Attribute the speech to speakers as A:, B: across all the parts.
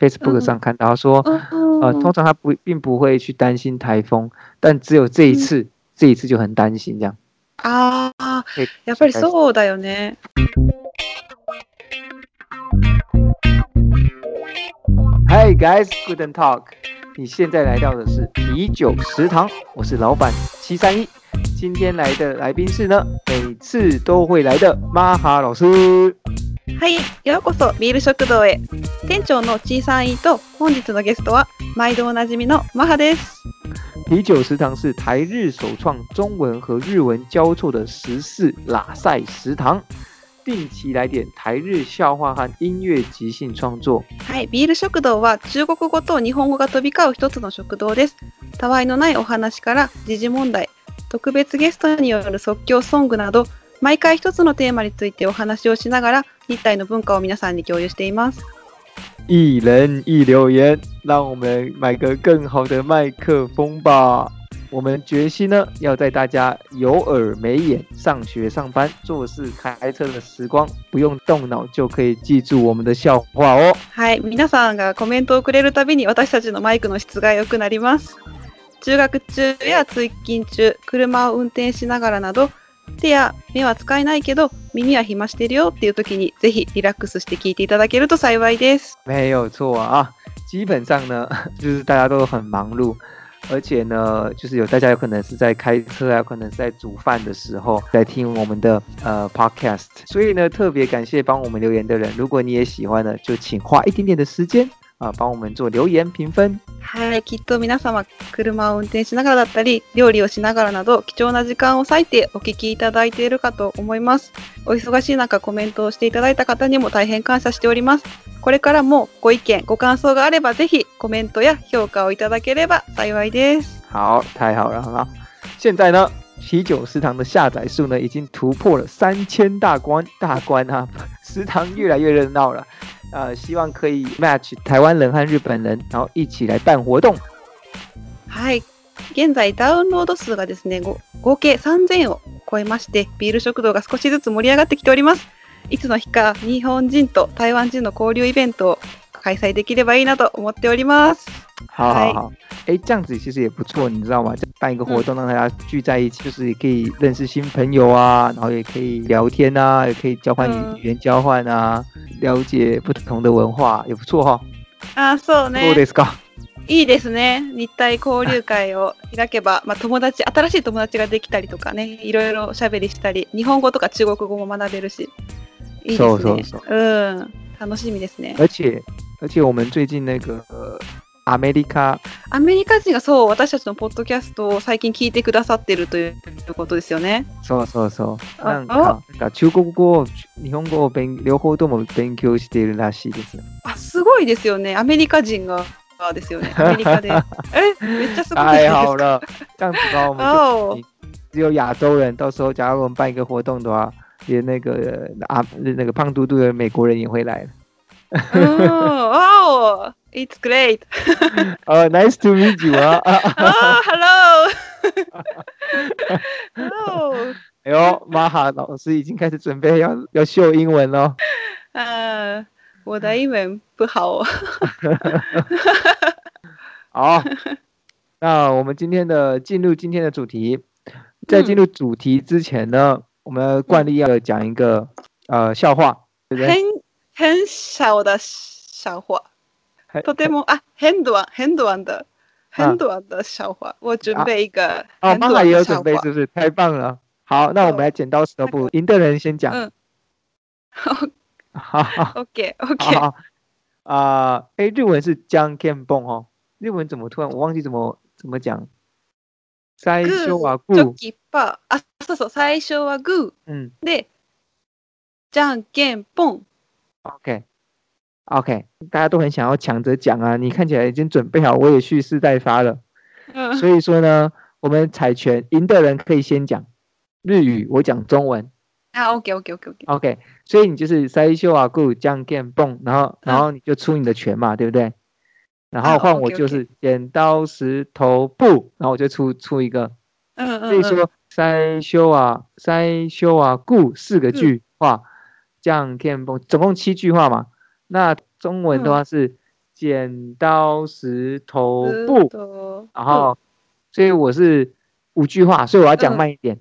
A: Facebook 上看到，他
B: 哦
A: 说，呃，通常他不并不会去担心台風，但只有这一次，这一次就很担心这样。
B: ああ、やっぱりそうだよね。
A: Hey guys, good and talk。你现在来到的是啤酒食堂，我是老板七三一。今天来的来宾是呢，每次都会来的马哈老师。
B: はい、ようこそビール食堂へ。店長のちいさんいと本日のゲストは毎度おなじみのマハです。
A: 啤酒食堂是台日首创中文和日文交错的时事拉塞食堂。定期来点台日笑话和音乐即兴创作。
B: はい、ビール食堂は中国語と日本語が飛び交う一つの食堂です。たわいのないお話から時事問題、特別ゲストによる即興ソングなど、毎回一つのテーマについてお話をしながら、日体の文化を皆さんに共有しています。
A: 一人一留言，让我们买个更好的麦克风吧。我们决心呢，要在大家有耳没眼、上学、上班、做事、开车的时光，不用动脑就可以记住我们的笑话哦。
B: はい、皆さんがコメントをくれるたびに私たちのマイクの質が良くなります。中学中や通勤中、車を運転しながらなど、手や目は使えないけど耳は暇してるよっていう時にぜひリラックスして聞いていただけると幸いです。
A: 没有错啊，基本上呢， 就是大家都很忙碌。而且呢，就是有大家有可能是在开车啊，可能是在煮饭的时候在听我们的呃 podcast，所以呢，特别感谢帮我们留言的人。如果你也喜欢呢，就请花一点点的时间啊，帮我们做留言评分。
B: はい、きっと皆様、車を運転しながらだったり、料理をしながらなど、貴重な時間を割いてお聞きいただいているかと思います。お忙しい中、コメントをしていただいた方にも大変感謝しております。これからもご意見、ご感想があれば、ぜひコメントや評価をいただければ幸いです。
A: 好，太好了啊！现在呢，啤酒食堂的下载数呢已经突破了三千大关，大关啊！ 食堂越来越热闹了，呃，希望可以 match 台湾人和日本人，然后一起来办活动。
B: はい、現在ダウンロード数がですね、合計3000を超えまして、ビール食堂が少しずつ盛り上がってきております。いつの日か日本人と台湾人の交流イベントを開催できればいいなと思っております。
A: 好好好，哎、欸，这样子其实也不错，你知道吗？办一个活动让大家聚在一起，嗯、就是也可以认识新朋友啊，然后也可以聊天啊，也可以交换语言交换啊，嗯、了解不同的文化，也不错哈。
B: 啊，そう
A: そ
B: ね。
A: うですか。
B: いいですね。日体交流会を開けば、まあ、友達、新しい友達ができたりとかね、いろいろ喋りしたり、日本語とか中国語も学べるし。いいですね。そうそうそう嗯，楽しみですね。
A: 而且而且我们最近那个、呃、アメリカ
B: アメリカ人がそう私たちのポッドキャストを最近聞いてくださってるということですよね。
A: そうそうそう。なんか中国語日本語を両方とも勉強しているらしいです。
B: あすごいですよねアメリカ人が。ですよね。アメリカで。え、めっちゃすごい
A: です。好了，这样子吧，我
B: 哦
A: 们只有亚洲人，到时候假如我们办一个活动的话。连那个啊，那个胖嘟嘟的美国人也会来。
B: 哦哦，It's great！
A: 哦，Nice to meet you 啊！
B: 哦，Hello！
A: 哎呦，玛哈老师已经开始准备要要秀英文了。
B: 啊，我的英文不好哦。
A: 好，那我们今天的进入今天的主题，在进入主题之前呢。我们惯例要讲一个、嗯、呃笑话，对不对？
B: 很很小的笑话，とても啊，很短很短的很短的笑话。啊、我准备一个
A: 哦，妈妈也有准备，是不是？太棒了！好，那我们来剪刀石头布，赢的人先讲。嗯，
B: 好，OK OK。
A: 啊，哎，日文是 “jang can b o n 哦，日文怎么突然我忘记怎么怎么讲？最初はグー。
B: チョキパー。あ、そうそう。最初はグー。うん、
A: 嗯
B: で、じゃんけんぽん。
A: OK。OK，大家都很想要抢着讲啊！你看起来已经准备好，我也蓄势待发了。嗯、所以说呢，我们猜拳，赢的人可以先讲日语，我讲中文。
B: 啊，OK，OK，OK，OK。
A: OK，所以你就是塞秀啊，Go，这样 game 蹦，然后然后你就出你的拳嘛，对不对？然后换我就是剪刀石头布，然后我就出出一个，
B: 嗯嗯，
A: 所以说塞修啊塞修啊故四个
B: 嗯
A: 句话，这样 can 总共七句话嘛。那中文的话是，剪刀石头
B: ずっ
A: 布，
B: と
A: 然后所以我是五句话，所以我要讲慢一点，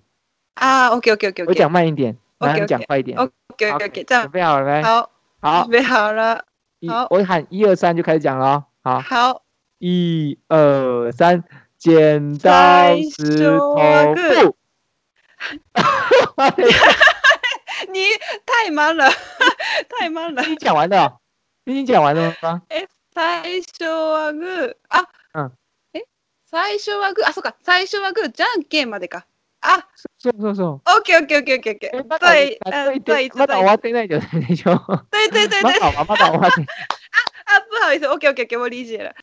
B: あー、オッケーオッケーオッケーオ
A: 我
B: ッケー。
A: 讲慢一点，然后你
B: 嗯 OK，OK
A: 讲快一点。
B: オッケーオッケーオッケー。じゃ
A: 准备好了没？
B: あ、
A: 好
B: 好、，ベハラ、
A: 一
B: 好
A: 我喊一二三就开始讲了哦。好，
B: ハ
A: 一二三，剪刀
B: 最
A: 石
B: 初
A: 头
B: はグー
A: 布。
B: 啊 オ。に、タイマンラ。タイマンラ。
A: 你讲完了哦？你已经讲完了吗？
B: 最初はグー。あ、
A: うん
B: え最初はグー。あ、そうか。最初はグー。じゃんけんまでか。あ、
A: そうそうそう。
B: オッケーオッケーオッケーオッケーオッケ
A: え
B: ー。
A: まだ
B: 第
A: ま
B: あ
A: だ
B: 第一
A: まだ
B: 第
A: 終
B: 一
A: わってないじゃないでしょ。ま
B: 对对对对，
A: だまだ終わって。
B: 啊，不好意思，OK OK OK，我理解了。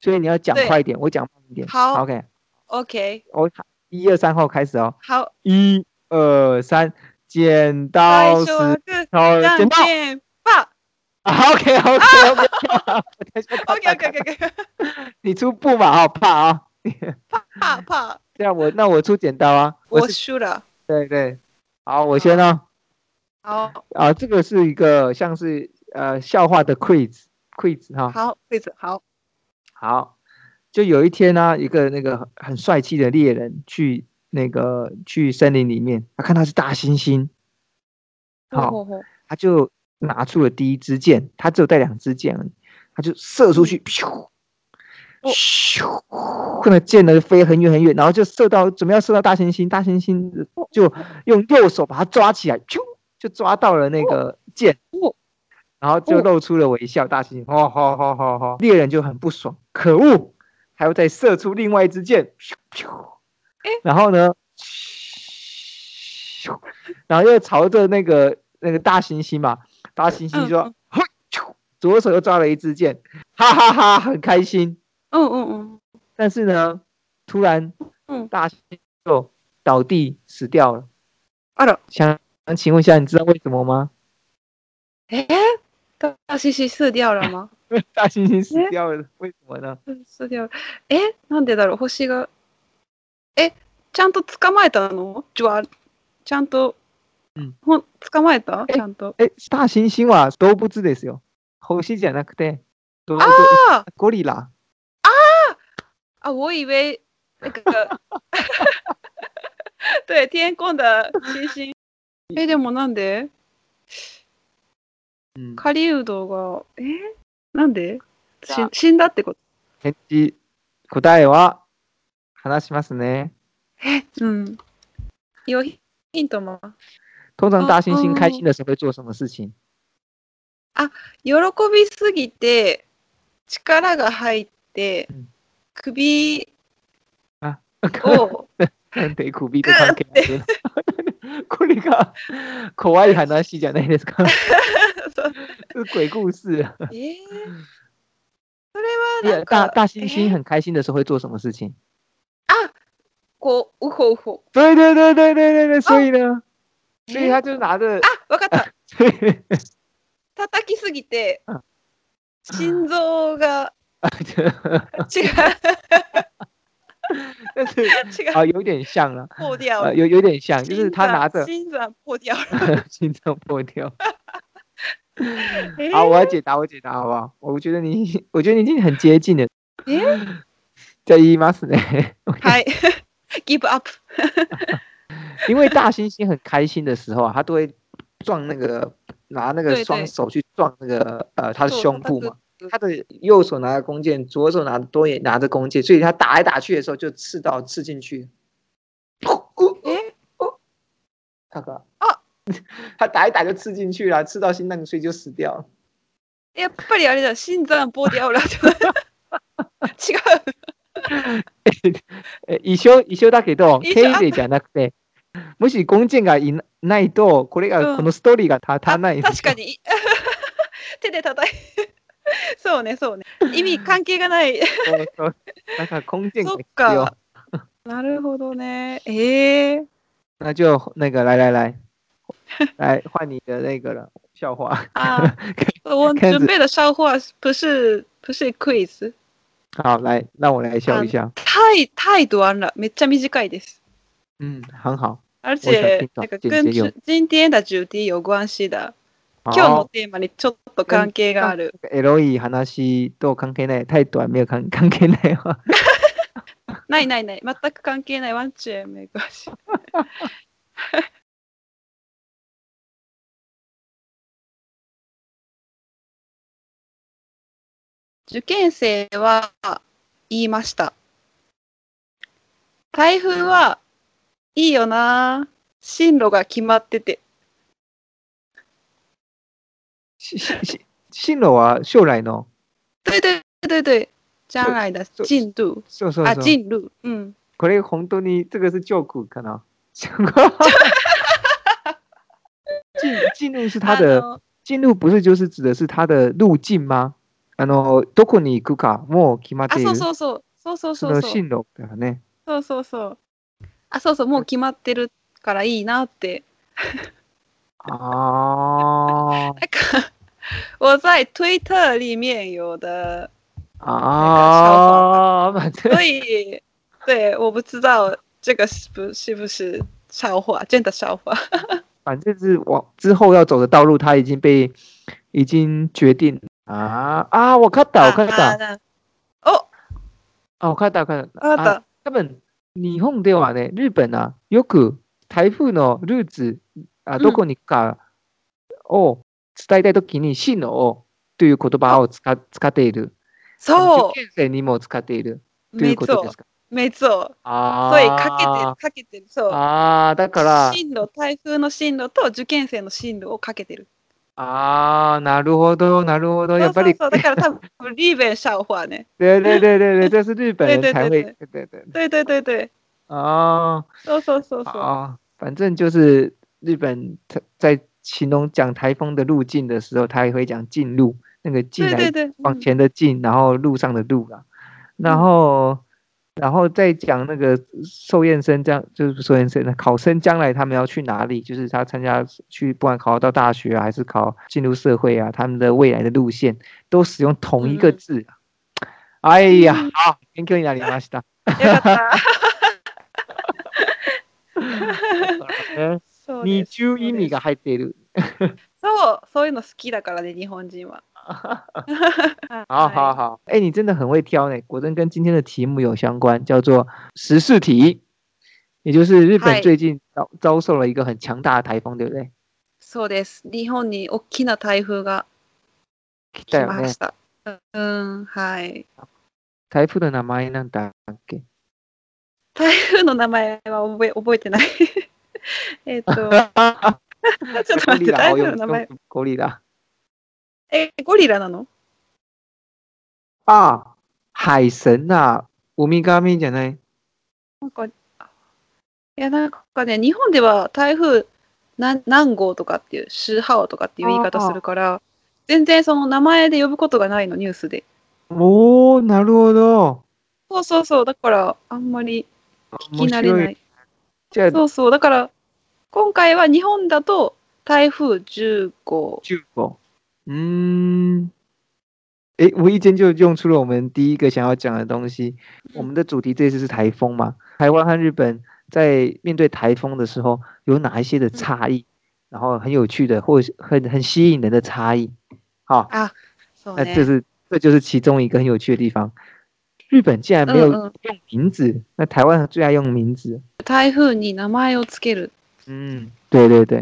A: 所以你要讲快一点，我讲慢一点。
B: 好
A: ，OK，
B: OK，
A: 我一二三后开始哦。
B: 好，
A: 一二三，剪
B: 最
A: 刀石
B: 初はグー、
A: 头
B: じゃ
A: 剪
B: ん
A: 刀。
B: けんぱ。
A: OK OK OK
B: OK OK OK OK，
A: 你出布嘛，好怕啊、
B: 怕怕，
A: 这样我那我出剪刀啊，我
B: 我
A: 是
B: 输了。
A: 对对，好，我先哦。
B: 好
A: 啊，这个是一个像是呃笑话的 quiz quiz 哈、
B: 好，对子好，
A: 好，就有一天呢、一个那个很很帅气的猎人去那个去森林里面，他看到是大猩猩，好、
B: 吼吼吼
A: 他就拿出了第一支箭，他只有带两支箭而已，他就射出
B: 嗯
A: 去，
B: 哦
A: 咻，咻，那箭呢飞很远很远，然后就射到准备要射到大猩猩，大猩猩
B: 哦
A: 就用右手把它抓起来，咻，就抓到了那个箭
B: 哦，
A: 然后就露出了微笑，大猩猩，吼吼吼吼吼，猎人就很不爽，可恶，还要再射出另外一支箭，咻咻，然后呢，咻，然后又朝着那个那个大猩猩嘛，大猩猩就
B: 嗯
A: 说，嘿咻左手又抓了一支箭，哈哈哈很开心。
B: 嗯嗯
A: 但是呢，突然，
B: 嗯
A: 大猩猩就倒地死掉了。
B: あら
A: 想请问一下，你知道为什么吗？
B: 嗯，哎，大猩猩死掉了吗？
A: 大猩猩死掉了，为什么呢？
B: 死掉了。え、なんでだろう。星が。え、ちゃんと捕まえたの？じわ、ちゃんと。
A: うん
B: ほん、捕まえた？
A: え
B: ちゃんと。
A: 哎，大猩猩は動物ですよ。星じゃなくて、動物
B: あー
A: ゴリラ。
B: 啊，我以为那 个，对，天空的星星。え、でもなんで
A: 嗯，
B: 狩人が、えなんでし
A: じゃあ
B: 死んだってこと
A: 返事答えは話しますね。
B: うん。よ、ヒントも。
A: 通常大猩
B: 哦
A: 猩
B: 哦
A: 开心的时候会做什么事情？
B: 喜びすぎて、力が入って
A: うん、
B: 首を、
A: で、首と関係ある。これが怖い話じゃないですか。
B: そう
A: 是鬼故事。
B: えーそれはなん
A: 大
B: か、
A: 大猩猩
B: え
A: 很开心的时候会做什么事情？
B: あこう、うほうほ
A: 对对对对对对对，所以呢，所以他就拿着
B: う。，あ、わかった。
A: 所以
B: 叩きすぎて
A: うん、
B: 心臓が違う、
A: 但是
B: 違う、
A: 啊，有点像了，
B: 破掉
A: 啊，
B: 了。
A: 有有点像，就是他拿着
B: 心脏心脏破掉了。
A: 心脏破掉。
B: え
A: 好，我要解答，我解答好不好？我觉得你已经，我觉得你已经很接近了。
B: え
A: 在伊马斯呢，
B: はい。ギブアップ。
A: 因为大猩猩很开心的时候啊，他都会撞那个，拿那个
B: 对对
A: 双手去撞那个呃他的
B: そう
A: 胸部嘛。
B: 叩く
A: 他的右手拿着弓箭，左手拿着多也拿着弓箭，所以他打来打去的时候就刺到刺进去。哦
B: え
A: 大哥
B: 啊，
A: 他打一打就刺进去了，刺到心脏，所以就死掉了。
B: やっぱりあれだ、心臓ポーディアオラじゃない違う。
A: え、一緒一緒だけど、
B: 一緒
A: 手入れじゃなくて、もし弓箭が啊いないと、これが、
B: うん
A: このストーリーが立たないんですよ
B: 確か。に。手で叩いそうね、そうね。意味関係がない。
A: そう そうだから弓箭が
B: そっ
A: 必要
B: か。。なるほどね。ええ
A: 那就那个来来来， 来换你的那个了，笑话。
B: あー、我
A: 开始
B: 准备的笑话不是不是 quiz。
A: 好，来让我来笑一下。
B: 太太短了，めっちゃ短いです。
A: 嗯，很好。
B: 而
A: 我想
B: 且
A: 听到
B: 那个
A: 简
B: 跟
A: 介有
B: 今天的主题有关系的，今日のテーマにちょっと関係がある。
A: エロい話と関係ない。タイとは没有関関係ない わ。
B: ないないない。全く関係ない。ワンチューめぐし。 受験生は言いました。台風はいいよな。進路が決まってて。
A: ししし進路は将来の。
B: 对对对对，将来的
A: そう
B: 进度
A: そうそう
B: 啊，
A: そう。
B: 进入，嗯，
A: これ本当に、这个是ジョークか な。进进入是他的
B: あの
A: 进入不是就是指的是它的路径吗？あのどこに行くかもう決まっ
B: あ、
A: てい
B: そ
A: る
B: うそうそう、そうそう
A: そ
B: そう
A: の
B: そう、
A: 進路だからね。
B: そうそうそう、あ、そうそう、もう決まってるからいいなって、
A: あー
B: なんか我在推特里面有的，
A: あー、まあ、
B: 所以对，我不知道这个是不是不是笑话，真的笑话，
A: 反正是往之后要走的道路，它已经被已经决定啊啊！我看到，我看到，
B: 啊那哦，
A: あ、我看到，我看到。
B: あなた
A: 多分日本ではね、日本はよく台風のルーツ、あ
B: うん
A: どこに行くかを伝えたいときに、進路をという言葉を使使っている。
B: そう
A: 受験生にも使っているという
B: 没
A: ことで
B: 错
A: すか。
B: 没错，
A: あ
B: 所以
A: ー
B: かけてるかけてるそう。
A: あー、だから、
B: 進路、台風の進路と受験生の進路をかけてる。
A: ああ、なるほど、なるほど。
B: そ
A: や
B: う
A: っぱ
B: そう
A: り、
B: そう。だから多分、リーベンシャオファーね。
A: 对对对对对，这是日本人
B: 对对
A: 才
B: 对
A: 会。对对对。
B: 对对对对。
A: 啊
B: そうそうそうそう。
A: 啊，反正就是日本在在形容讲台风的路径的时候，他也会讲近路，那个进
B: 对
A: 来
B: 对对。う
A: 往
B: ん
A: 前的进，然后路上的路啦。
B: 嗯
A: 然后，然后再讲那个受验生这样，就是受验生的考生将来他们要去哪里，就是他参加去不管考到大学啊，还是考进入社会啊，他们的未来的路线都使用同一个
B: 嗯
A: 字啊。哎呀，
B: 嗯
A: 好，勉強になりま した。
B: よかった。
A: ね
B: そう
A: 二
B: です
A: 重意味が入っている。
B: そう、そういうの好きだからね、日本人 は。
A: 好好
B: は
A: 好，哎、你真的很会挑呢、果真跟今天的题目有相关，叫做时事题，也就是日
B: 嗨
A: 本最近遭遭受了一个很强大的台风，对不对？
B: い。そうです。日本に大きな台風が
A: 来
B: 来
A: たよ
B: ま
A: ね
B: し。た。うん、はい。
A: 哎台風的名前なん だっけ？
B: 台風の名前は覚え覚えてない。 えっと、ち ょっと
A: ゴ
B: 待っ
A: リ
B: て、
A: ラ
B: 台
A: を
B: 風
A: 呼
B: の名
A: ぶ
B: 前。
A: ゴリラ。
B: え、ゴリラなの
A: あ、海神呐、ウミガメじゃない？
B: なんか、いや、なんかね、日本では台風何何号とかっていう、数号とかっていう言い方するから、全然その名前で呼ぶことがないの、ニュースで。
A: おお、なるほど。
B: そうそうそう、だから、あんまり聞き慣れ
A: 面白
B: ない。
A: じゃあ
B: そうそう、だから、今回は日本だと、台風10号。
A: 十五。嗯，诶，无意间就用出了我们第一个想要讲的东西。我们的主题这次是台风嘛？台湾和日本在面对台风的时候有哪一些的差异？然后很有趣的，或者是很很吸引人的差异。好，
B: あ、そう
A: 那这
B: ね。
A: 是这就是其中一个很有趣的地方。日本竟然没有
B: 嗯嗯
A: 用名字，那台湾最爱用名字。
B: 台風に名前をつける。
A: 嗯，对对对。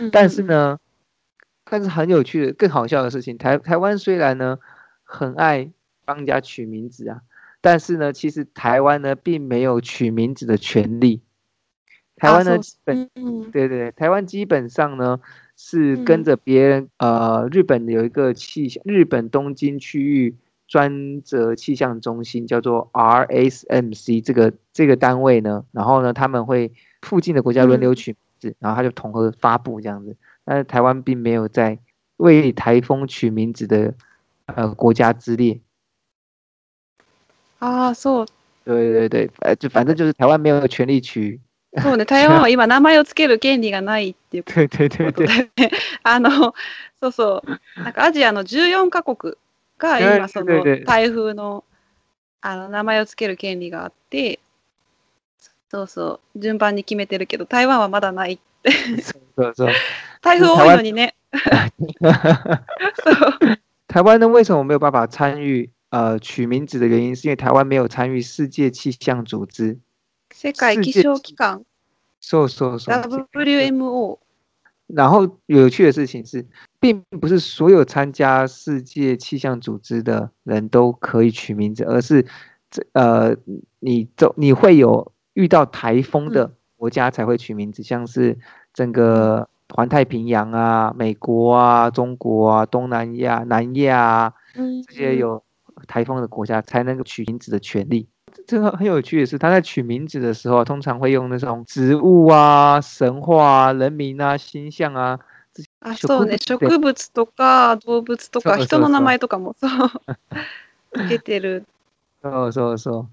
B: うん
A: 但是呢，但是很有趣的、更好笑的事情，台台湾虽然呢很爱帮人家取名字啊，但是呢，其实台湾呢并没有取名字的权利。台湾呢，
B: あ
A: 基
B: そう
A: 本
B: うん
A: 对对对，台湾基本上呢是跟
B: 嗯
A: 着别人、呃，日本有一个气象，日本东京区域专责气象中心叫做 RSMC 这个这个单位呢，然后呢他们会附近的国家轮流
B: 嗯
A: 取名字，然后他就统合发布这样子。但是台湾并没有在为台风取名字的呃国家之列。
B: ああ、そう。
A: 对对对，呃，就反正就是台湾没有权利取。
B: そうね、台湾は今名前をつける権利がないっていうこ
A: 对对对
B: と
A: 对
B: だ。よね。あの、そうそう、なんかアジアの14カ国が
A: いや
B: 今
A: そ
B: そ
A: う
B: の
A: だよね
B: 台風のあの名前をつける権利があって、そうそう、順番に決めてるけど、台湾はまだない。
A: そうそう。
B: 台風多いのにね。
A: 台湾呢，为什么没有办法参与呃取名字的原因，是因为台湾没有参与世界气象组织。
B: 世界気象機関
A: そうそうそう。
B: WMO
A: 然后有趣的事情是，并不是所有参加世界气象组织的人都可以取名字，而是这呃，你走你会有遇到台风的国家才会取名字，像是整个环太平洋啊、美国啊、中国啊、东南亚、南亚啊这
B: 嗯
A: 些有台风的国家才能够取名字的权利。这个很有趣的是，他在取名字的时候，通常会用那种植物啊、神话啊、人名啊、星象啊。
B: あそうね植物とか動物とか
A: そうそうそう
B: 人の名前とかもそ う出てる
A: そうそうそう。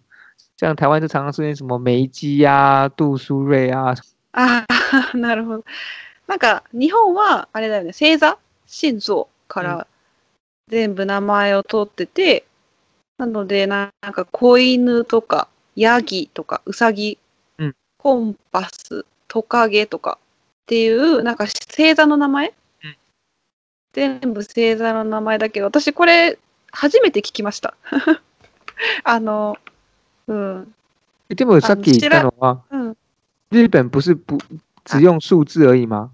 A: 像台湾就常常出现什么梅基啊、杜苏芮啊，
B: ああ なるほどなんか日本はあれだよね星座神像から全部名前を取ってて、なのでななんか子犬とかヤギとかウサギ、
A: うん
B: コンパストカゲとかっていうなんか星座の名前、
A: うん
B: 全部星座の名前だけど私これ初めて聞きました あのうん
A: えでもさっき言ったのは、
B: うん
A: 日本不是不只用数字而已吗？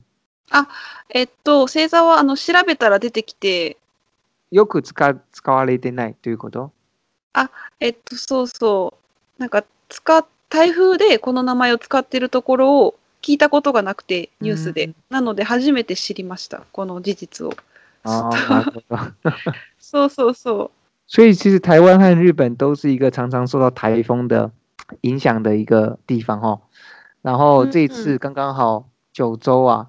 B: えっと星座はあの調べたら出てきて
A: よく使使われてないということ？
B: えっと、そうそう。なんか、使っ、台風でこの名前を使ってるところを聞いたことがなくて、ニュース
A: う
B: で
A: ん。
B: なので、初めて知りました、この事実を。
A: ああ、なるほど。
B: そうそうそ
A: 所以其实台湾和日本都是一个常常受到台风的影响的一个地方哦。然后这一
B: 嗯
A: 次刚刚好九州啊，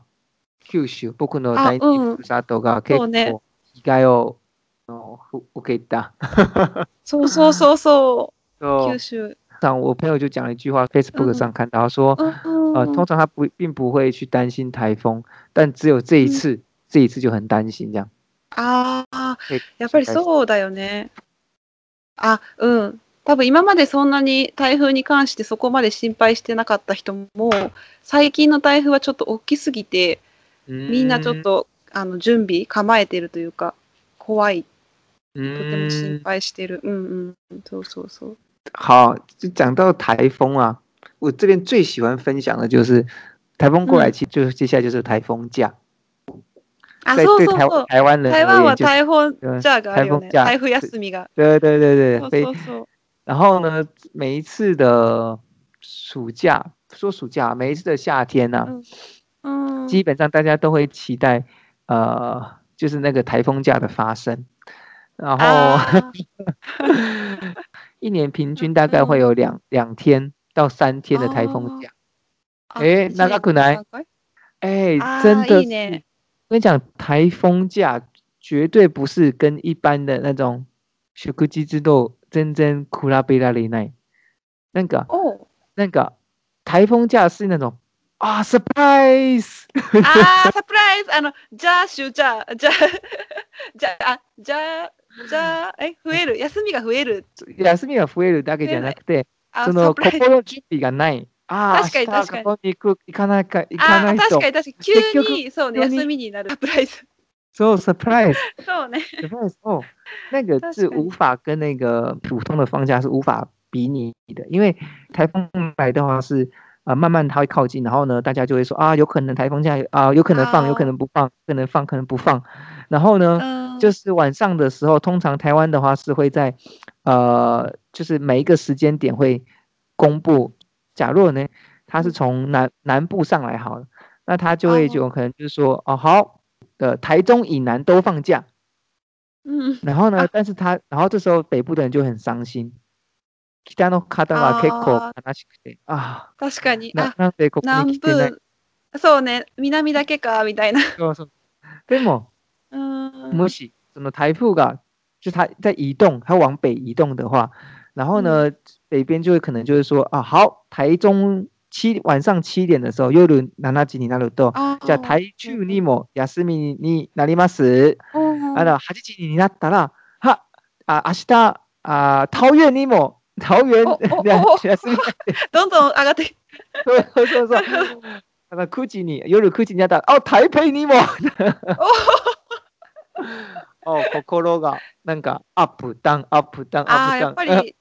A: 九州僕の第一
B: うん
A: ふるさとが結
B: そうね
A: 構被害をあのふ受け た。
B: う。そうそうそうそう。
A: 就
B: 九州。
A: 上我朋友就讲了一句话，Facebook
B: 嗯
A: 上看到他说，
B: うん
A: 呃，通常他不并不会去担心台风，但只有这一
B: 嗯
A: 次，这一次就很担心这样。
B: ああ、
A: 可以
B: やっぱりそうだよね。あ、うん。多分今までそんなに台風に関してそこまで心配してなかった人も、最近の台風はちょっと大きすぎて、みんなちょっと、あの準備構えてるというか怖いとても心
A: 嗯，
B: 配してる、うん、うんそうそうそう
A: 好，就讲到台风啊，我这边最喜欢分享的就是台风过来，
B: 嗯
A: 其实就是接下来就是台风假。
B: あ
A: 在
B: そう
A: 对
B: そう
A: 台
B: そう
A: 湾台湾人
B: 台湾
A: 而
B: は
A: 言，就
B: 台風じゃあがあるよね
A: 台風じゃあ
B: 台風休みが
A: 对对对
B: そう
A: 对，非
B: そうそう
A: 然后呢，每一次的暑假，说暑假，每一次的夏天呢、啊
B: 嗯うん
A: 基本上大家都会期待，呃，就是那个台风假的发生。然后
B: あー
A: 一年平均大概会有两两天到三天的台
B: 嗯哦
A: 风假。
B: あ
A: え
B: そう
A: 長くない
B: 長い
A: 哎、
B: 啊
A: 真的
B: 一年
A: 是我跟你讲，台风假绝对不是跟一般的那种雪库基之斗真真库拉贝拉里奈那个
B: おう
A: 那个台风假是那种啊 surprise，
B: あーサプライズあのじゃあしゅじゃあじゃあじゃああじゃあじゃあえ増える休みが増える
A: 休みが増えるだけじゃなくて、
B: あ
A: そ
B: サ
A: の
B: プライズ
A: 心の準備がない。啊ああ、
B: 啊確かに
A: 明日
B: 確か
A: 学
B: に
A: 校に行く行かないか行か
B: あ
A: な
B: ー
A: い
B: 確
A: と
B: か。に確か
A: 結
B: に
A: 局
B: 急にそうね
A: 急に
B: 休みになるサプライズ
A: そう、surprise
B: そうね
A: surprise 哦，那个
B: 確
A: 是
B: かに
A: 无法跟那个普通的放假是无法比拟的，因为台风来的话是啊、呃慢慢它会靠近，然后呢，大家就会说啊，有可能台风假啊、有可能放，有可
B: 哦嗯
A: 能不放，可能放，可能不放，然后呢，
B: うん
A: 就是晚上的时候，通常台湾的话是会在，呃，就是每一个时间点会公布。假若呢，他是
B: 嗯
A: 从南南部上来好了，那他就会
B: 哦
A: 就有可能就是说，哦，好，呃，台中以南都放假。
B: うん
A: 然后呢
B: 啊，
A: 但是他，然后这时候北部的人就很伤心。北の方は結構
B: あ
A: 悲しくて、あ
B: 確かに。
A: ーな
B: あ、
A: なんでここに
B: 南
A: 来てない。
B: 部、そうね、南だけか、みたいな。
A: そうそうでも。
B: うーん
A: もしその台風が就它在移动，它往北移动的话，然后呢，北边就会可能就是说啊，好，台中七晚上七点的时候，又轮南那吉尼那鲁豆，
B: あ
A: じゃあ台中にも休みになります。あの八時になったら、はあ明日あ桃園にも桃園
B: おおお
A: 休み。
B: どんどん上がって、
A: そうそうそう。だから9時に、夜9時にあったら、あ、台北にも お心がなんかアップダウンアップダウン
B: あ
A: ア
B: あ、や
A: ッ
B: っ
A: プ
B: ぱ
A: ダウン。
B: り、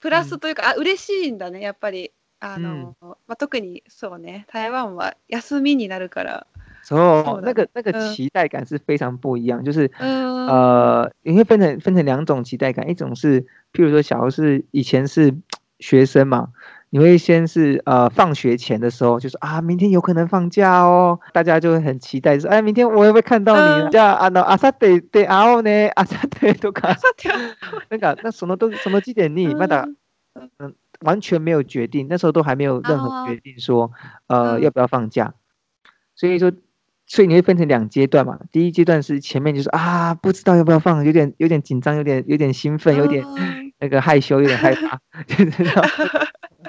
B: プラスというか、あ、嬉しいんだね、やっぱり。あの、まあ、特にそうね、台湾は休みになるから。
A: そう
B: そう，
A: 那
B: 的
A: 个那个
B: 嗯
A: 期待感是非常不一 样，就是
B: うーん。
A: 呃，你会分成分成两种期待感，一种是，譬如说小欧是以前是学生嘛，你会先是呃放学前的时候，就说啊，明天有可能放假哦，大家就会很期待说，哎，明天我会不会看到你
B: 嗯、
A: 啊？じ啊哦ゃああのあさってで会おうね、あさってとか
B: さて、
A: なんか那什么都什么地点你まだ
B: うん
A: 完全没有决定，那时候都还没有任
B: 哦
A: 何决定说，呃，
B: 嗯
A: 要不要放假。所以说，所以你会分成两阶段嘛。第一阶段是前面就是啊，不知道要不要放，有点有点紧张，有点有点兴奋，有点
B: うん
A: 那个害羞，有点害 怕，就是这样。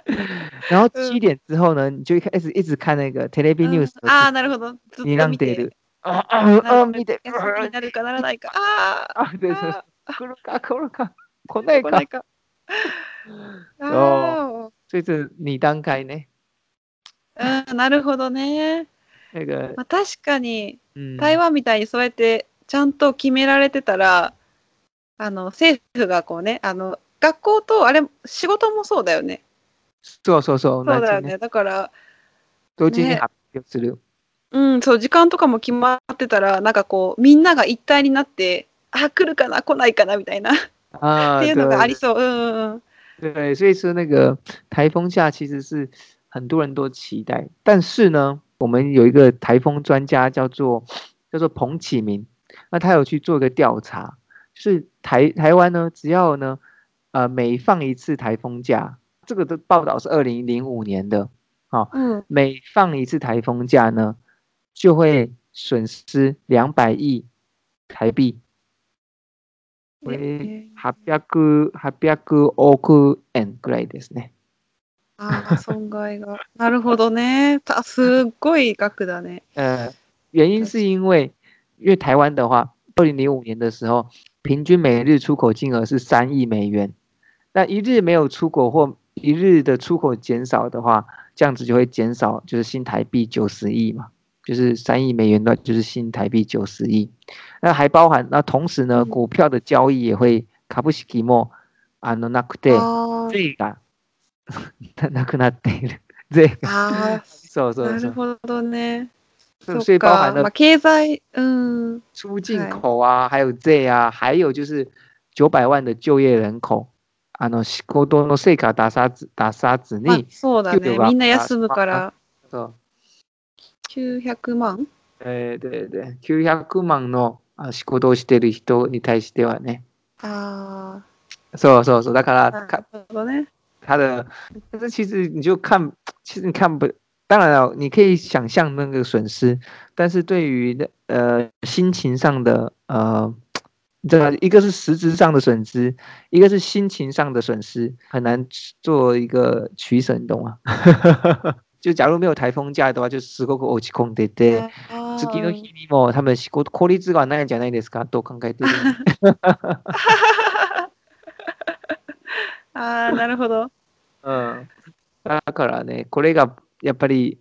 A: 然后
B: 嗯
A: 七点之后呢，你就开始一直看那个 t e l e v i News，
B: うんああ、なるほど。ずっと
A: 你让
B: 見
A: 得
B: て
A: 的。啊啊啊！
B: な
A: 見て
B: 休みになるかならないか。ああ。
A: 啊！对对对
B: あ，
A: これかこれ かこ
B: ー
A: れ
B: 来な
A: か
B: い。か。あ
A: 所以这你当开呢，
B: あ。うん、なるほどね。
A: 那个
B: まあ、確かに。
A: 嗯，
B: 台湾みたいにそうやってちゃんと決められてたらあの政府がこうねあの学校とあれ仕事もそうだよね
A: そうそうそう、
B: そう
A: 同じ
B: だよ
A: ね。
B: ねだから
A: 同時に
B: ね
A: 発表する。
B: うんそう時間とかも決まってたらなんかこうみんなが一体になってあ来るかな来ないかなみたいなっ
A: 啊，
B: て
A: 对
B: いうのがありそううんうんうん
A: 对，所以说那个台风下其实是很多人都期待，但是呢，我们有一个台风专家叫做叫做彭启明，那他有去做一个调查，就是台台湾呢，只要呢，呃，每放一次台风假，这个的报道是二零零五年的，
B: うん
A: 每放一次台风假呢，就会损失两百亿台币。これ
B: ええ
A: 800、800億円ぐらいですね。
B: あー損害がなるほどねたすっごい額だね
A: 呃，原因是因为，因为台湾的话，二零零五年的时候，平均每日出口金额是三亿美元，那一日没有出口或一日的出口减少的话，这样子就会减少就是新台币九十亿嘛，就是三亿美元的，就是新台币九十亿。那还包含那同时呢，
B: 嗯
A: 股票的交易也会卡布西基啊莫あのなくて
B: あー
A: 税がな くなっている税が
B: あ
A: そう
B: ー
A: そ
B: な
A: うそ
B: る
A: う。
B: ほどね
A: 所以所
B: そ
A: 以
B: っ
A: 包含
B: か、
A: 了
B: まあ、経済うん
A: 出进口啊，还有 Z 啊，还有就是九百万的就业人口，あの仕事の成果打殺打殺子
B: まあ
A: に、
B: そうだ
A: 給
B: ね。
A: 料が
B: みんな休むか
A: ま
B: ら
A: そう
B: 900万
A: えーでで900万のあ仕事をしている人に対してはね、
B: あ
A: そうそうそう、だか
B: あ、
A: ら
B: な
A: か
B: るほどね。
A: 他的，但是其实你就看，其实你看不，当然了，你可以想象那个损失，但是对于那呃心情上的呃，你知道，一个是实质上的损失，一个是心情上的损失，很难做一个取舍，你懂吗？ 就假如没有台风假的话，就哦十个个落ち込んでて。
B: あー
A: 次の日にも多分仕事効率がないんじゃないですかと考えてる。
B: あー、なる ほど。
A: うんだからね、これがやっぱり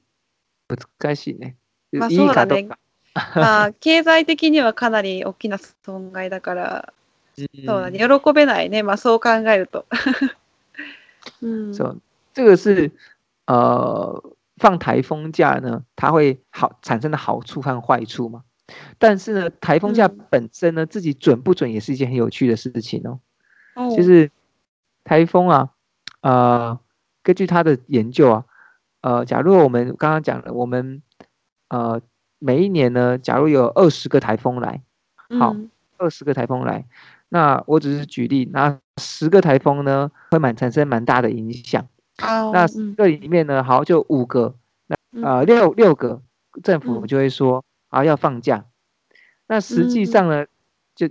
A: 難しいね。
B: まあ
A: いいかど
B: そうう
A: か。
B: まあ、経済的にはかなり大きな損害だから、
A: 嗯
B: そうだね。喜べないね。まあ、そう考えると。 うん、
A: So，这个是呃放台风假呢，它会好产生的好处和坏处嘛。但是呢，台风假
B: 嗯
A: 本身呢，自己准不准也是一件很有趣的事情哦。
B: おう
A: 就是台风啊，呃，根据他的研究啊，呃，假如我们刚刚讲了，我们呃每一年呢，假如有二十个台风来，好
B: うん
A: 二十个台风来，那我只是举例，那十个台风呢会蛮产生蛮大的影响。
B: あ
A: 那
B: ーうん
A: 这里面呢，好就五个，
B: うん
A: 呃，六六个政府
B: 嗯
A: 就会说、啊要放假，那实际
B: 嗯
A: 上呢，就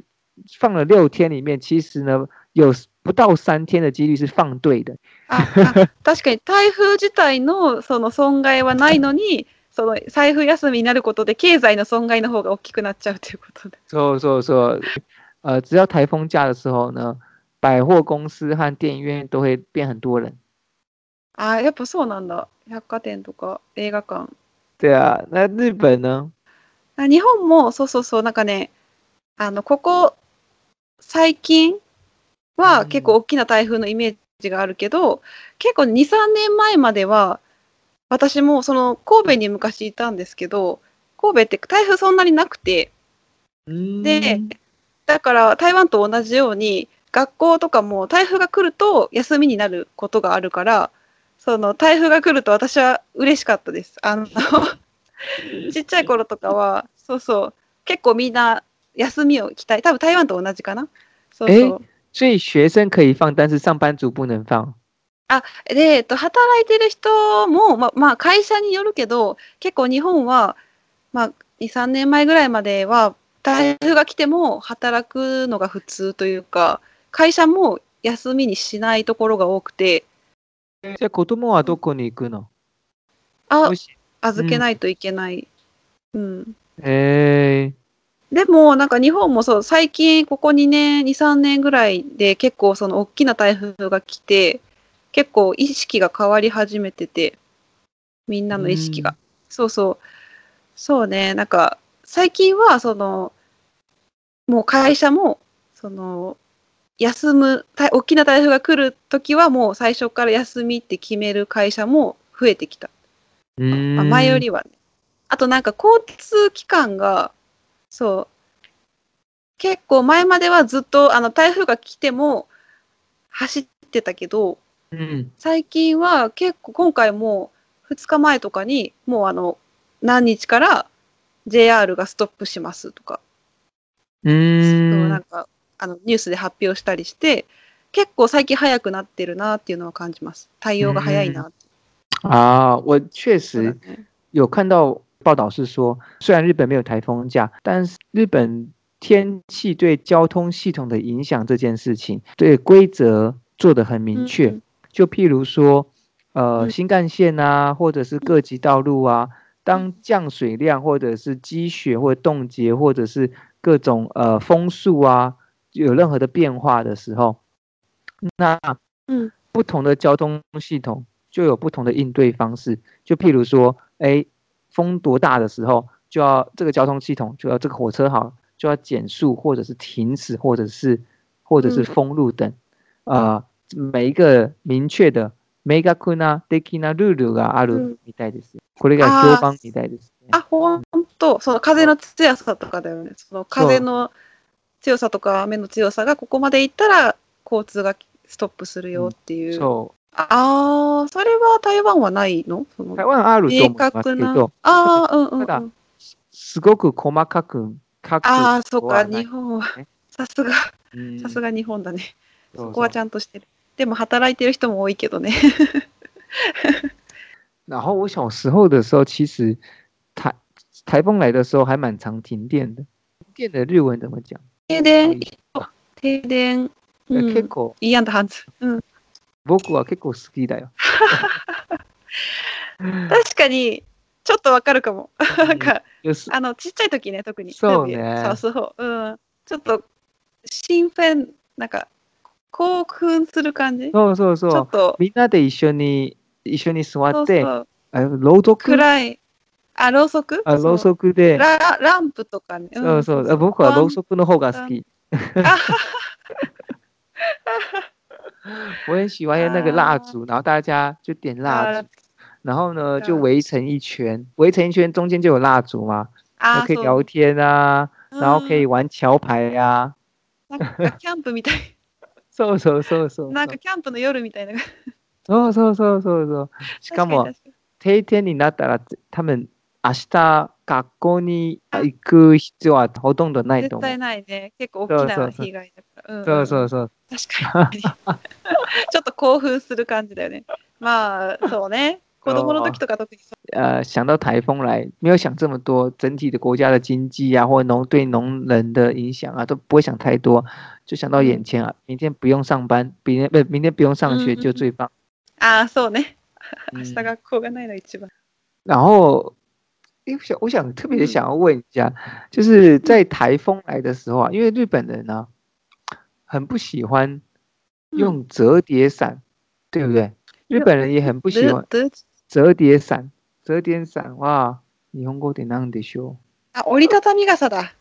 A: 放了六天里面，其实呢有不到三天的几率是放对的，
B: ああ確かに台風自体のその損害はないのにその財布休みになることで経済の損害の方が大きくなっちゃうということで。
A: 说说说，呃，只要台风假的时候呢，百货公司和电影院都会变很多人，
B: あーやっぱそうなんだ百貨店とか映画館。
A: 对啊，那日本呢？
B: あ日本も、そうそうそう、なんかね、あの、ここ、最近
A: う
B: は
A: ん
B: 結構大きな台風のイメージがあるけど、結構2、3年前までは、私もその神戸に昔いたんですけど、神戸って台風そんなになくて、でだから台湾と同じように学校とかも台風が来ると休みになることがあるからその台風が来ると私は嬉しかったです。あのちっちゃい頃とかはそうそう結構みんな休みを期待多分台湾と同じかな。そうそう
A: 所以学生可以放，但是上班族不能放。
B: で、えっと、働いてる人も、ままあ、会社によるけど結構日本は、まあ、23年前ぐらいまでは台風が来ても働くのが普通というか会社も休みにしないところが多くて
A: じゃあ子供はどこに行くの？
B: あ哦
A: もし
B: 預けないといけない、うん、
A: え
B: でもなんか日本もそう最近ここ2年23年ぐらいで結構その大きな台風が来て結構意識が変わり始めててみんなの意識が、
A: うん
B: そうそうそうねなんか最近はそのもう会社もその休むた大きな台風が来る時はもう最初から休みって決める会社も増えてきた
A: ー、うん
B: まあ、前よりはね。あとなんか交通機関が、そう、結構前まではずっとあの台風が来ても走ってたけど、
A: うん
B: 最近は結構今回も2日前とかにもうあの何日から JR がストップしますとか、
A: う
B: そうなん
A: ん
B: かあのニュースで発表したりして、結構最近早くなってるなっていうのは感じます。対応が早いなって。
A: 啊，我确
B: そうだ
A: 实
B: ね
A: 有看到报道是说，虽然日本没有台风假，但是日本天气对交通系统的影响这件事情，对规则做得很明确。
B: うん
A: 就譬如说，呃，
B: 嗯
A: 新干线啊，或者是各级道路啊，
B: 嗯
A: 当降水量或者是积雪或冻结或者是各种呃风速啊有任何的变化的时候，那
B: 嗯，
A: 不同的交通系统就有不同的应对方式。就譬如说，哎，风多大的时候，就要这个交通系统就要这个火车好了就要减速或者是停止或者是或者是
B: 嗯
A: 封路等。呃每一个明確的明確な的なルールがあるみたいです。これが評判みたいです、ね。
B: あ、ほんと、その風の強さとかだよね。その風の強さとか雨の強さがここまで行ったら交通がストップするよっていう。
A: そ
B: ああ、それは台湾はないのその
A: う。台湾あると
B: 明
A: 思います
B: 確
A: け
B: な
A: ど。、
B: ああ、うんうん、う
A: ただ
B: ん。
A: すごく細かく書く
B: ああ、そうか、
A: はない
B: 日本は
A: ね。
B: さすが、
A: うん
B: さすが日本だね。
A: そうそう
B: そこはちゃんとしてる。でも働いてる人も多いけどね。
A: 然后我小时候的时候，其实台台风来的时候还蛮常停电的。停电的日文怎么讲？
B: 停電、停電、う
A: 結
B: ん、
A: 構
B: いいやんだはず。うん。
A: 僕は結構好きだよ。
B: 確かに、ちょっとわかるかも。 なんか、
A: 有时
B: あのちっちゃい時ね特に
A: そうね
B: テレビそうそううんちょっと興奮なんか興奮する感じち
A: そうそう
B: ょ
A: そう
B: っ。と
A: みんなで一緒に一緒に座
B: そう
A: って、
B: そう
A: あ朗読
B: 暗いあろうそく
A: あろう
B: く
A: そくで、
B: ラランプとかね、
A: そうそう、あ僕はろうそくの方が好き。我很喜欢那个蜡烛，然后大家就点蜡
B: あ
A: 烛，然后呢
B: 蜡
A: 就
B: 烛
A: 围成一圈，围成一圈中间就有蜡烛嘛，然
B: あ
A: 后可以
B: そう
A: 聊天啊，然后可以
B: うん
A: 玩桥牌呀、
B: なんかキャンプみたい
A: そうそうそうそう。
B: なんかキャンプの夜みたいな
A: そうそうそうそうそう。しかも
B: 確に確に
A: 定点になったら多分明日学校に行く必要はほとんどないと
B: 絶
A: 思う
B: 対。ないね結構
A: そう
B: 大き
A: そう
B: な
A: そう
B: 被害だからうん
A: そうそうそう。
B: 確かに。ち ょっと興奮する感じだよね。まあ、そうね。子供
A: 哦
B: の時とか特にそ
A: 呃，想到台风来，没有想这么多，整体的国家的经济啊，或农对农人的影响啊，都不会想太多，就想到眼前啊，明天不用上班，明天不，明天不用上学
B: 嗯嗯
A: 就最棒。
B: う。ああ、そうね。明日
A: 嗯
B: 学校がないの一番。
A: 然后，诶我想，我想特别
B: 嗯
A: 想要问一下，就是在台风来的时候啊，因为日本人呢、很不喜欢用折叠伞，对不对？日
B: 有
A: 本人也很不喜欢
B: ずず
A: 折叠伞，折叠伞哇，日本語で何でしょ
B: あ、折りたたみ傘だ。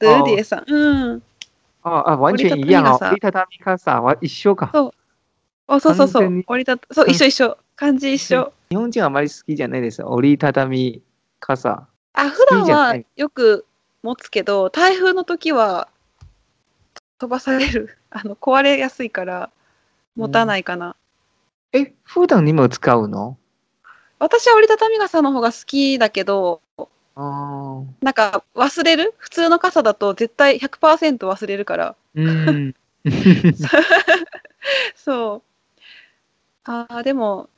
B: ドゥーディエさん。うん。
A: うああ、完全一样哦。折
B: 折
A: りたたみ傘は一緒か。
B: あ、そうそうそ
A: 完全
B: う
A: に。
B: 折りたた、そう、
A: 完
B: 一緒一緒。漢字一緒。
A: 日本人はあまり好きじゃないです。折りたたみ傘。
B: あ、普段
A: いいじゃ
B: は
A: ん
B: よく持つけど、台風の時は飛ばされる。 あの、壊れやすいから持たないかな。
A: え、普段にも使うの
B: 私は折りたたみ傘の方が好きだけど、
A: ああ。
B: なんか忘れる普通の傘だと絶対100%忘れるから。
A: うん。
B: そう。ああ、でも、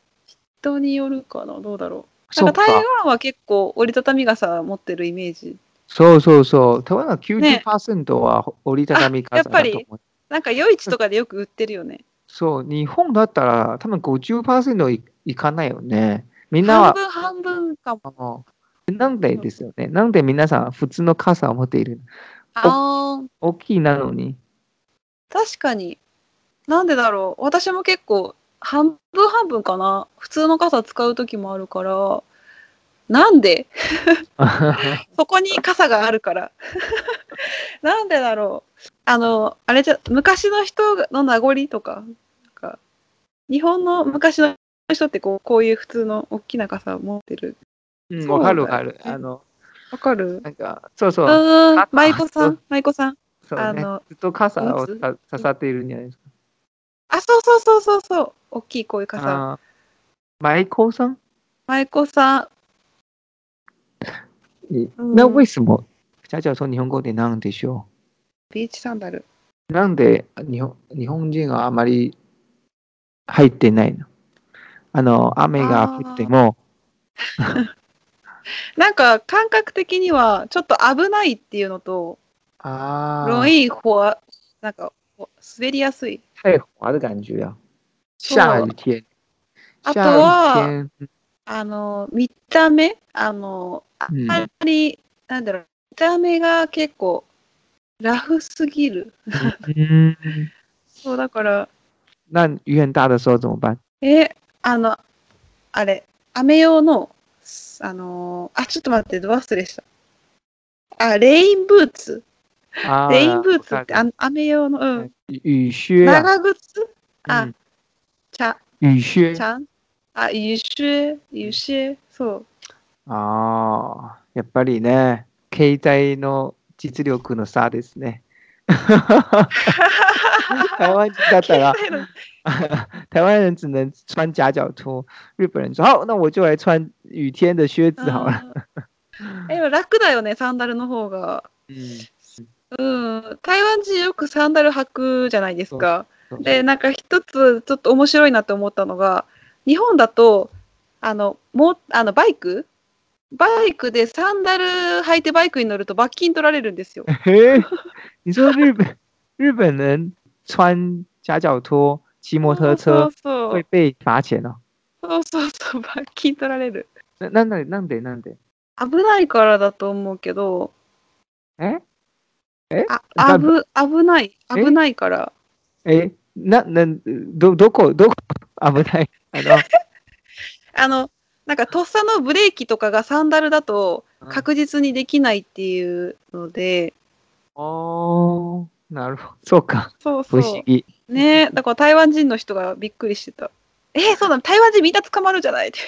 B: 人によるかな。どうだろう。
A: そう
B: な
A: ん
B: か
A: か。
B: 台 湾は結構折りたたみ傘持ってるイメージ。
A: そうそうそう。台湾は90%は折りたたみ傘だと思う。
B: あやっなんか夜市とかでよく売ってるよね。
A: そう、日本だったら多分50%いいかないよね。みんな
B: 半
A: は、
B: 分半分かも。
A: あのなんでですよね。なんで皆さん普通の傘を持っている
B: ああ、
A: 大きいなのに。
B: 確かに。なんでだろう。私も結構半分半分かな。普通の傘使う時もあるから。なんで そこに傘があるから。 なんでだろう。あの、あれじゃ、昔の人の名残とか、なんか、日本の昔の人ってこう、こういう普通の大きな傘を持ってる。
A: うん、
B: そう
A: わ
B: な
A: か
B: ん
A: る
B: だ
A: わかる。あの、
B: わかる
A: なんか、そうそうう、
B: ーん
A: あ、
B: 舞妓さ
A: そ
B: ん、舞妓さん。
A: そうね
B: あの。
A: ずっと傘を
B: 打つ
A: さ刺さっているんじゃないですか。
B: あ、そうそうそうそうそう。大きいこういう傘。
A: あー舞妓さん
B: 舞妓さん。
A: に
B: うん
A: な、为什么じゃじゃその日本語でなんでしょ
B: ビーチサンダル。
A: うなんで日本日本人があまり入ってないのあの、雨が降っても、
B: なんか、感覚的には、ちょっと危ないっていうのと、
A: あ
B: ロイホワ、なんか、滑りやすい。
A: 太滑的感觉啊，
B: そう
A: 下雨天，
B: あとは
A: 下雨天，
B: あの、見た目あの、あ
A: うん
B: まり、なんだろう、見た目が結構、ラフすぎる。
A: 嗯，
B: そう、だから、
A: 那雨很大的时候怎么办？
B: え、あの、あれ、雨用の、すあのー、あ、ちょっと待って、ド忘れした。あ、レインブーツ。
A: 啊，
B: レインブーツ
A: わ
B: って、
A: か
B: あ
A: る
B: の雨用の、うん。
A: 雨雨靴啊，
B: 長靴あ
A: 嗯，
B: ちゃ、
A: 雨靴
B: ちゃんあ、雨靴、雨靴、そう。
A: あーやっぱりね、携帯の実力の差ですね。台湾人だったら
B: 携 帯の
A: 台湾人只能穿夹脚拖，日本人说好，那我就来穿雨天的靴子 好了。
B: うんえ、楽だよね、サンダルの方が。
A: 嗯，
B: うん、台湾人よくサンダル履くじゃないですか。
A: そうそう
B: で、なんか一つちょっと面白いなと思ったのが、日本だと、あの、もあのバイクバイクでサンダル履いてバイクに乗ると罰金取られるんです よ。
A: 嘿，你说日本日本人穿夹脚拖、骑摩托
B: そ
A: 车
B: うそ
A: 会
B: う
A: 被罚钱哦？
B: そうそうそう、罰金取られる。
A: 那那那那得那得，
B: 危ないからだと思うけど、
A: 哎
B: あ、
A: 多
B: 危、危ない、
A: え
B: 危ないから。
A: 哎，那那どどこどこあ危ないあの
B: あの、なんかとっさのブレーキとかがサンダルだと確実にできないっていうので、
A: おーなるほどそうか
B: そう
A: 不
B: そう。
A: 思議
B: ねえ、だから台湾人の人がびっくりしてた。えーそうなの台湾人みんな捕まるじゃないって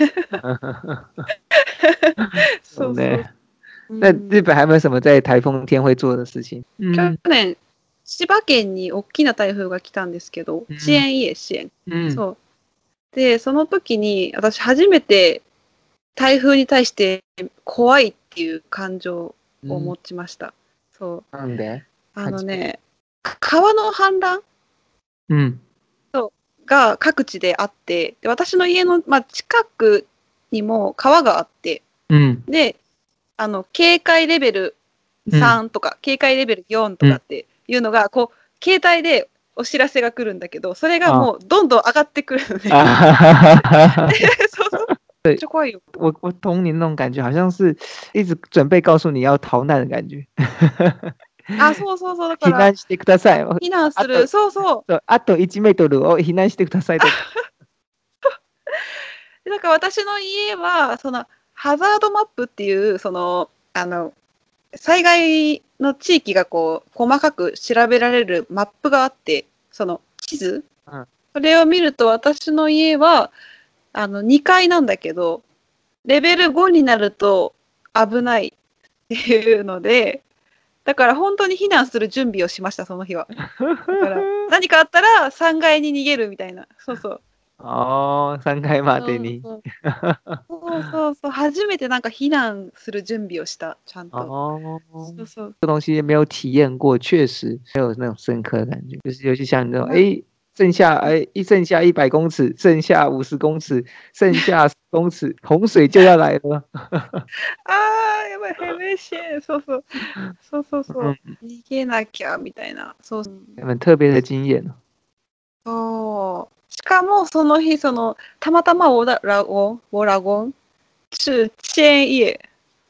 B: そうそう。
A: ね。
B: うん
A: 那日本还有没有什么在台风天会做的事情？
B: 去
A: 嗯
B: 年、千葉県に大きな台風が来たんですけど、
A: うん
B: 支援家、支援。
A: 嗯
B: そう。で、その時に、私初めて台風に対して怖いっていう感情を持ちました。そう。
A: なんで？
B: あのね、川の氾濫
A: 嗯
B: が各地であって、で私の家の、まあ、近くにも川があって、
A: 嗯
B: で、あの、警戒レベル3とか、警戒レベル4とかっていうのが、こう、携帯でお知らせが来るんだけど、それがもうどんどん上がってくるのね。
A: 哈哈哈哈。
B: そうそう。めっちゃ怖いよ。
A: 我我懂你那种感觉，好像是一直准备告诉你要逃难的感觉。
B: あ、そうそうそう。だか
A: 避
B: ら、
A: 難してください。お
B: 避難す
A: あ
B: る。
A: と
B: そうそう。
A: そうあと1メートルを避 難してくださいとか。
B: でだから私の家は、その、ハザードマップっていう、その、あの、災害の地域がこう、細かく調べられるマップがあって、その地図、
A: うん
B: それを見ると私の家は、あの、2階なんだけど、レベル5になると危ないっていうので、だから本当に避難する準備をしました、その日は。ら何かあったら3階に逃げるみたいな。そうそう。
A: ああ、3回までに。
B: そうそうそうそうそう初めてなんか避難する準備をしたちゃん
A: あ
B: と。
A: あ
B: そうそう
A: 这东西没有体验过，确实没有那种深刻的感觉。就是尤其像那种，
B: 嗯
A: 哎、剩下哎一剩下一百公尺，剩下五十公尺，剩 下10公尺，洪水就要来了。
B: あーやばいヘメシェそうそうそうそうそう
A: 嗯，
B: 逃げなきゃみたいなそうそう
A: 很特别的经验哦。
B: そうしかもその日そのたまたまオララゴンオラゴン中千家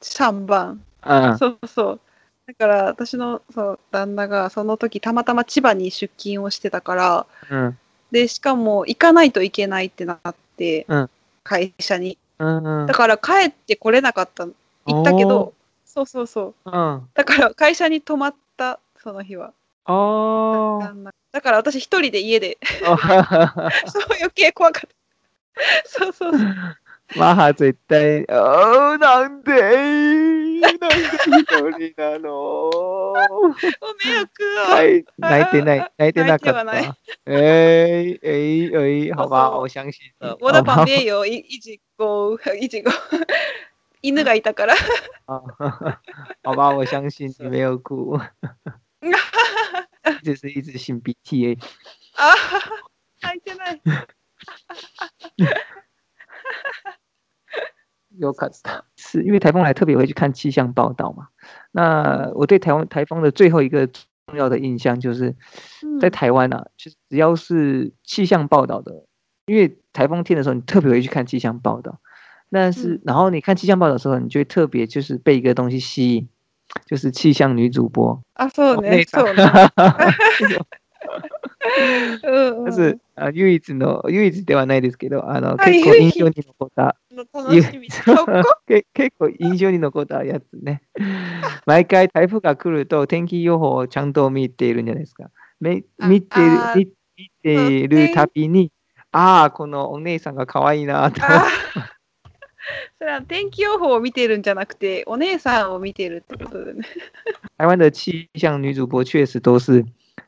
B: 三番
A: 嗯
B: そうそうだから私のそう旦那がその時たまたま千葉に出勤をしてたから
A: 嗯
B: でしかも行かないといけないってなって、
A: うん
B: 会社に
A: 嗯嗯
B: だから帰ってこれなかったの行ったけどそうそうそう
A: 嗯
B: だから会社に泊まったその日は
A: 哦
B: 旦那だから私一人で 家で
A: 哦，哈哈哈
B: そう余計怖かったそうそうそう
A: マハ絶対、哦、なんで、なんで一人なの。
B: お迷惑
A: は
B: を
A: い、泣いて ない、泣いてなかった。
B: 泣いては
A: えい、えい、えい、好
B: そう
A: 吧、
B: そう
A: 我相信你。
B: 我
A: 好
B: 的旁
A: 吧
B: 边有一一只狗，一只狗，犬がい たから。
A: 啊 好吧，我相信你
B: 是
A: 没有哭，这是一直擤鼻涕而已。
B: あ泣いてない。
A: 有可能是因为台风来，特别会去看气象报道嘛。那我对台湾台风的最后一个重要的印象就是，
B: 嗯
A: 在台湾啊，就是只要是气象报道的，因为台风天的时候，你特别会去看气象报道。但是
B: 嗯，
A: 然后你看气象报道的时候，你就会特别就是被一个东西吸引，就是气象女主播。
B: あ、そう
A: お姉
B: ね、
A: さ
B: そ
A: ん
B: うね。うんうん
A: まず、あ唯呃一の、唯一ではないですけど、あの、
B: はい
A: 結構印象に残った、
B: 楽しみ。そこ
A: け結構印象に残ったやつ ね。毎回台風が来ると天気予報をちゃんと見ているんじゃないですか。め
B: あ
A: 見ている
B: あー
A: 見見ているたびに、ああ、このお姉さんが可愛いなと。
B: あー それは天気予報を見てるんじゃなくて、お姉さんを見てるってことでね。
A: 台湾的气象女主播确实都是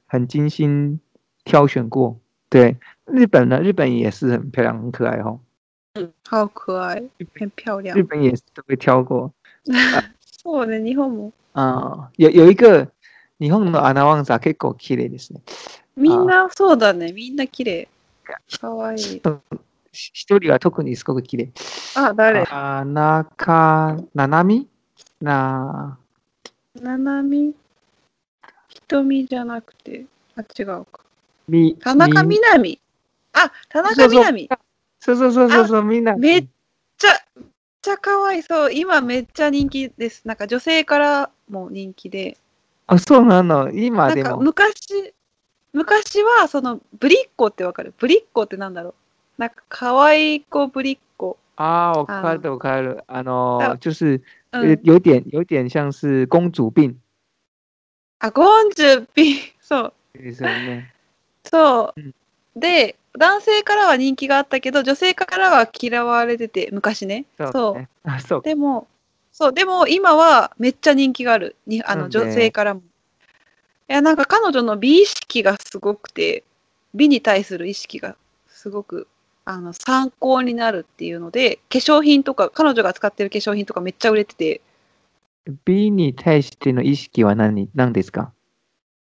A: 很精心挑选过。对，日本呢，日本也是很漂亮、很可爱哦。
B: 好可愛。很漂亮
A: 日。本也是都会挑过。
B: そうね、日本も。
A: あーよ有一个日本のアナウンサー結構綺麗ですね。
B: みんなそうだね、みんな綺麗。かわいい。
A: し一人は特にすごく綺麗。
B: あ、誰
A: あー、なか、ななみな、
B: ななみ瞳じゃなくて、あ、違うか。
A: み、
B: 田中みなみ。あ、田中みなみ。めっ
A: そうそうそうそうそう、みんな。
B: めちゃ、めっちゃ可愛い。そう、今めっちゃ人気です。なんか女性からも人気で。
A: あ、そうなの。今
B: なん
A: で
B: か
A: も。
B: 昔、昔はそのブリッコってわかるブリッコってなんだろうなんか可愛い子ブリッコ。
A: ああ、わかるわかる。あのー
B: あ、
A: 就是、
B: う
A: 呃
B: ん。
A: 有点、有点像是公主病
B: あ、ゴンジュピン。 そう。
A: ですよね。
B: そう
A: うん。
B: で、男性からは人気があったけど、女性からは嫌われてて、昔ね。そう。
A: ね。あ、そう。
B: でも、そう、でも今はめっちゃ人気がある。にあの
A: そうね
B: 女性からも。いや、なんか彼女の美意識がすごくて、美に対する意識がすごくあの参考になるっていうので、化粧品とか、彼女が使ってる化粧品とかめっちゃ売れてて、
A: 美に対しての意識は何、何ですか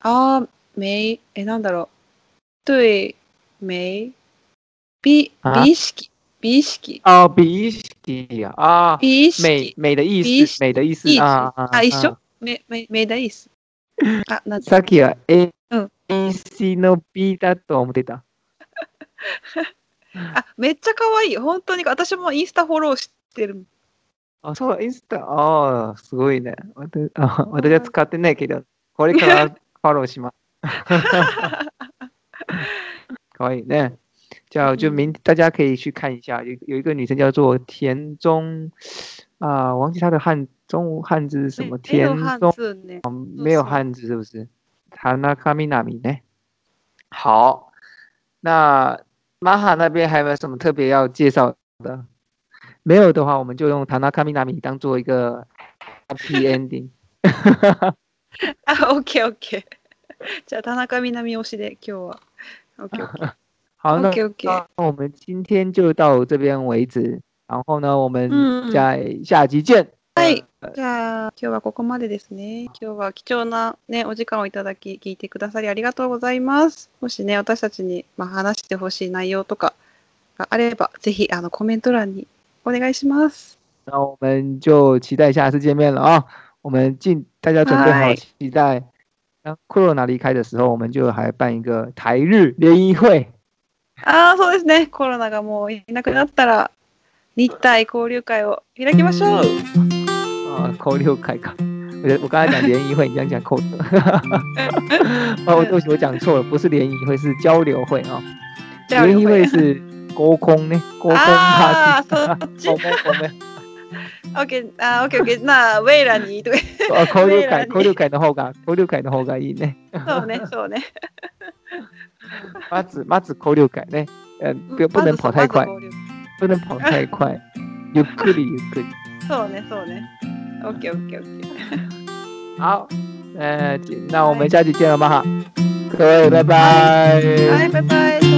B: あー、メイ、え、なんだろう。对、メイ、美、
A: あ
B: 美意識、美意識、
A: あ、美意識や。あー、
B: 美意識。
A: 美、美的
B: 美
A: 意
B: 意
A: 思、
B: 識
A: 美的意思。
B: 意思
A: あー
B: あ、一
A: あー
B: 緒メ、メ、メイダイス。あ、なんだ
A: さっきは、え、
B: うん
A: 意思の B だと思ってた。
B: あ、めっちゃ可愛い。本当に私もインスタフォローしてる。
A: あ、そう、インスタ、ああ、すごいね。私あ私は使ってないけど、これからファローします。かわいいね。じゃあ、
B: 嗯
A: 就明大家可以去看一下，有有一个女生叫做田中啊、我忘记它的汉中文汉字是什么，
B: 没
A: 田
B: 有汉
A: 中
B: 字ね。
A: 没有汉字是不是？田中みなみ呢？好，那马哈那边还有没有什么特别要介绍的？没有的话，我们就用田中みなみ当做一个 happy ending。
B: あ、オッケーオ ッケー。じゃあ田中みなみ推しで今日は。オッケーオッケー。
A: 好，那
B: OK，OK
A: 那我们今天就到这边为止。然后呢，我
B: 嗯
A: 们在下集见。
B: はい。じゃあ、今日はここまでですね。今日は貴重なね、お時間をいただき、聞いてくださりありがとうございます。もしね、私たちに、まあ、話してほしい内容とかがあれば、ぜひ、あの、コメント欄にお願いします。
A: 那我们就期待下次见面了啊！我们进大家准备好
B: 嗨
A: 期待。当 Corona 离开的时候，我们就还办一个台日联谊会。
B: ああ、そうですね。コロナがもういなくなったら、日体交流会を開きましょう。
A: 啊，扣六开卡。我觉得我刚才讲联谊会，你这样讲扣。哦，对不起，我讲错了，不是联谊会，是交流会啊。
B: じゃあ、
A: 联 谊会是沟空呢，沟空 party
B: あ。あ、そっち。
A: 我
B: オ
A: 们我们
B: ッケー、あーオッケー、オッケー。なあ、ウェイラにとか。
A: あ交流
B: メー
A: 会
B: ルに
A: 交流会の方が交流会の方がいいね。
B: そうね、そうね。
A: まずまず交流会ね。呃，不
B: 嗯
A: 要不能跑太快
B: まず。そうま
A: 不
B: ず交流
A: 能跑太快，ゆっくりゆっくり。
B: そうね、そうね。オッケー、オッケー、オッケー。
A: 好，呃，那我们下期见了吗？哈，各位，拜拜。
B: 拜拜拜。